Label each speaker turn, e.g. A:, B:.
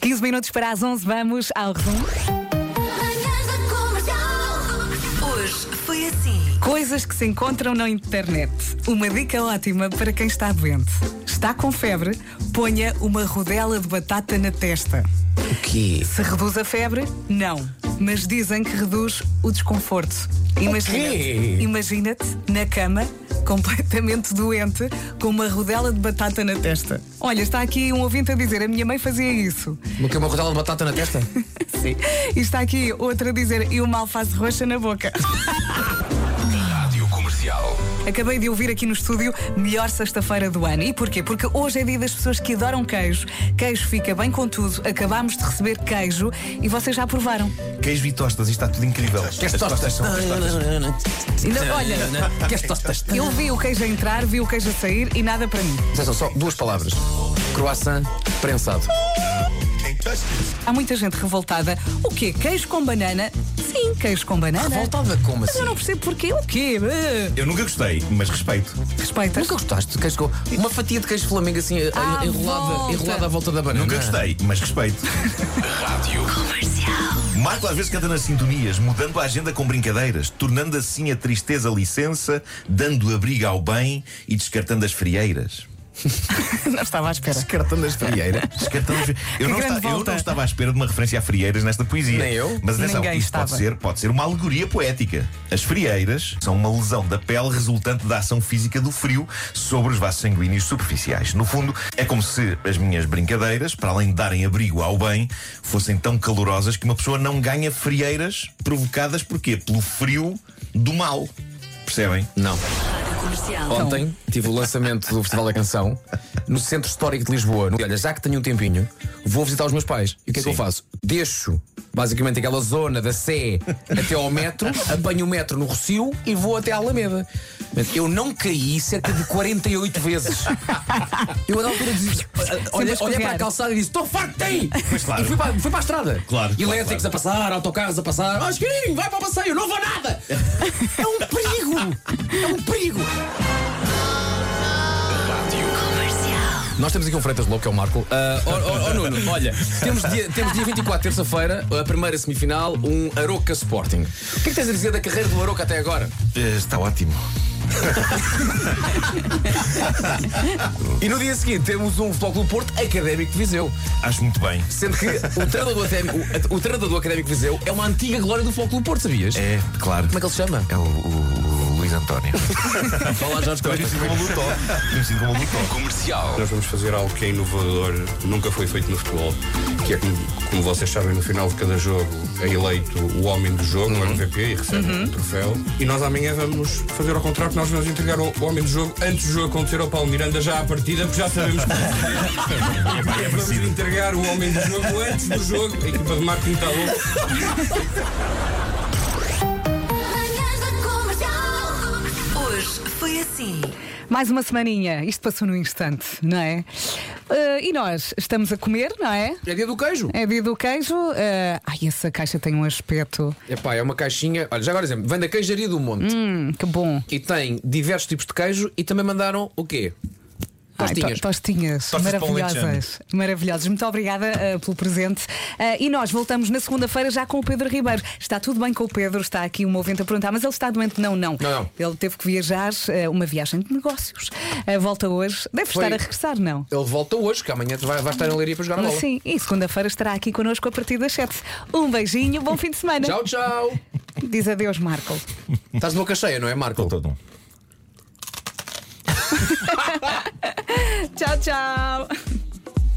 A: 15 minutos para as 11, vamos ao resumo.
B: Manhãs da Comercial.
C: Hoje foi assim.
A: Coisas que se encontram na internet. Uma dica ótima para quem está doente. Está com febre? Ponha uma rodela de batata na testa.
D: O quê?
A: Se reduz a febre? Não. Mas dizem que reduz o desconforto.
D: quê?
A: Imagina-te imagina na cama, completamente doente, com uma rodela de batata na testa. Olha, está aqui um ouvinte a dizer: a minha mãe fazia isso.
D: Uma, é uma rodela de batata na testa?
A: Sim. E está aqui outra a dizer: e uma alface roxa na boca.
E: Rádio Comercial.
A: Acabei de ouvir aqui no estúdio melhor sexta-feira do ano. E porquê? Porque hoje é dia das pessoas que adoram queijo. Queijo fica bem com tudo. Acabámos de receber queijo e vocês já provaram.
F: Queijo e tostas, isto está tudo incrível.
D: Queres tostas?
F: Ah,
A: Ainda- olha,
D: Queres tostas?
A: eu vi o queijo a entrar, vi o queijo a sair e nada para mim.
D: Atenção, só duas palavras. Croissant prensado.
A: Há muita gente revoltada. O quê? Queijo com banana? Sim, queijo com banana.
D: Revoltada como
A: Ah, Mas
D: assim?
A: eu não percebo porquê. O quê? Ah,
F: Eu nunca gostei, mas respeito.
A: Respeitas?
D: Nunca gostaste de queijo com... Uma fatia de queijo flamengo assim,
A: À
D: enrolada,
A: volta.
D: enrolada à volta da banana.
F: Nunca gostei, mas respeito.
E: Rádio
F: Marco às vezes canta nas sintonias, mudando a agenda com brincadeiras, tornando assim a tristeza licença, dando abrigo ao bem e descartando as frieiras.
A: Não estava à espera.
D: Cartão das frieiras.
F: Descartando as fri- eu, não
A: grande
F: esta- eu
A: volta.
F: não estava à espera de uma referência a frieiras nesta poesia.
D: Nem eu.
F: Mas atenção,
A: Ninguém
F: isto pode
A: estava.
F: ser, pode ser uma alegoria poética. As frieiras são uma lesão da pele resultante da ação física do frio sobre os vasos sanguíneos superficiais. No fundo, é como se as minhas brincadeiras, para além de darem abrigo ao bem, fossem tão calorosas que uma pessoa não ganha frieiras provocadas por quê? Pelo frio do mal. Percebem?
D: Não.
C: Comercial.
D: Ontem tive o lançamento do Festival da Canção no Centro Histórico de Lisboa. E olha, já que tenho um tempinho, vou visitar os meus pais. E o que é que eu
F: Sim.
D: faço? Deixo basicamente aquela zona da Sé até ao metro, apanho o metro no Rocio e vou até à Alameda. Mas Eu não caí cerca de 48 vezes. Eu, a da altura, dizia- olhei, olhei para a calçada e disse: Estou farto, tem!
F: Pois claro.
D: E fui para, fui para a estrada.
F: Claro, claro,
D: Elétricos a passar, autocarros a passar. Ó, oh, vai para o passeio, não vou nada! É um perigo! É um perigo! Nós temos aqui um Freitas Lobo, que é o Marco. Ah, ó ó, ó, Nuno, olha, temos dia, temos dia 24, terça-feira, a primeira semifinal, um Aroca Sporting. O que é que tens a dizer da carreira do Aroca até agora?
F: Eh, Está ótimo.
D: E no dia seguinte temos um Futebol Clube Porto Académico de Viseu.
F: Acho muito bem.
D: Sendo que o treinador do, Académico, o, o treinador do Académico de Viseu é uma antiga glória do Futebol Clube Porto, sabias?
F: É, claro.
D: Como é que ele se chama?
F: É o, o- o Luís António.
D: Fala É Jorge Costa.
F: Conhecido como Lutó. Conhecido como Lutó.
E: Comercial.
G: Nós vamos fazer algo que é inovador, nunca foi feito no futebol, que é como, como vocês sabem, no final de cada jogo é eleito o homem do jogo, o MVP, e recebe um troféu. E nós amanhã vamos fazer ao contrário, que nós vamos entregar o, o homem do jogo antes do jogo acontecer ao Paulo Miranda, já à partida, porque já sabemos que é Vamos entregar o homem do jogo antes do jogo, a equipa de marketing está louca.
B: Manhãs da Comercial.
C: Hoje foi assim.
A: Mais uma semaninha, isto passou num instante, não é? Ah, e nós estamos a comer, não é?
D: É dia do queijo.
A: É dia do queijo. ah, ai, essa caixa tem um aspecto.
D: É pá, é uma caixinha. Olha, já agora exemplo, vem da Queijaria do Monte
A: Hum, que bom.
D: e tem diversos tipos de queijo e também mandaram o quê?
A: Ai, to-
D: Tostinhas.
A: tostinhas.
F: Tostas de pão
A: maravilhosas. Maravilhosas. Muito obrigada ah, pelo presente. Ah, e nós voltamos na segunda-feira já com o Pedro Ribeiro. Está tudo bem com o Pedro, está aqui um ouvinte a perguntar, mas ele está doente? Não, não.
D: Não, não.
A: Ele teve que viajar, ah, uma viagem de negócios. Ah, volta hoje. Deve
D: Foi- Ah,
A: estar a regressar, não?
D: Ele volta hoje, que amanhã vai, vai estar em Leiria para jogar a bola.
A: Sim, e segunda-feira estará aqui connosco a partir das 7. Um beijinho, bom fim de semana.
D: Tchau, tchau.
A: Diz adeus, Marco.
D: Estás de boca cheia, não é, Marco?
F: Todo um.
A: Tchau, tchau.